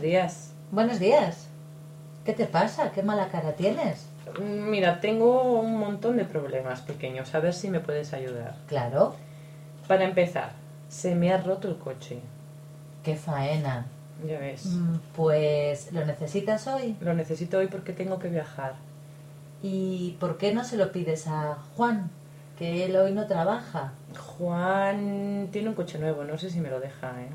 días. Buenos días. ¿Qué te pasa? ¿Qué mala cara tienes? Mm, Mira, tengo un montón de problemas pequeños. A ver si me puedes ayudar. Claro. Para empezar, se me ha roto el coche. Qué faena. Ya ves. Mm, Pues lo necesitas hoy. Lo necesito hoy porque tengo que viajar. ¿Y por qué no se lo pides a Juan? Que él hoy no trabaja. Juan tiene un coche nuevo, no sé si me lo deja, ¿eh?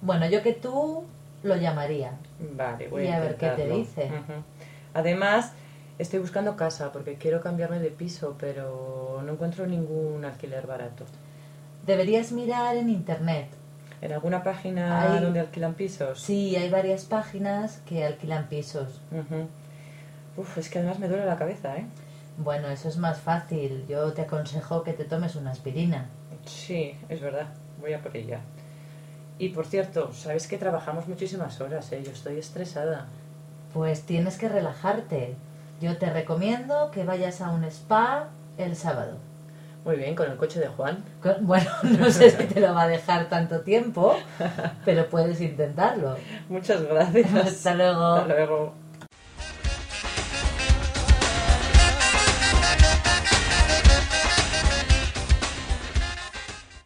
Bueno, yo que tú lo llamaría. Vale, voy Y a ver qué te intentarlo. dice. Ujú. Además, estoy buscando casa porque quiero cambiarme de piso, pero no encuentro ningún alquiler barato. Deberías mirar en internet. ¿En alguna página Ay. donde alquilan pisos? Sí, hay varias páginas que alquilan pisos. Ujú. Uf, es que además me duele la cabeza, ¿eh? Bueno, eso es más fácil. Yo te aconsejo que te tomes una aspirina. Sí, es verdad. Voy a por ella. Y por cierto, sabes que trabajamos muchísimas horas, ¿eh? Yo estoy estresada. Pues tienes que relajarte. Yo te recomiendo que vayas a un spa el sábado. Muy bien, con el coche de Juan. Co- Bueno, no sé si te lo va a dejar tanto tiempo, pero puedes intentarlo. Muchas gracias. Hasta luego. Hasta luego.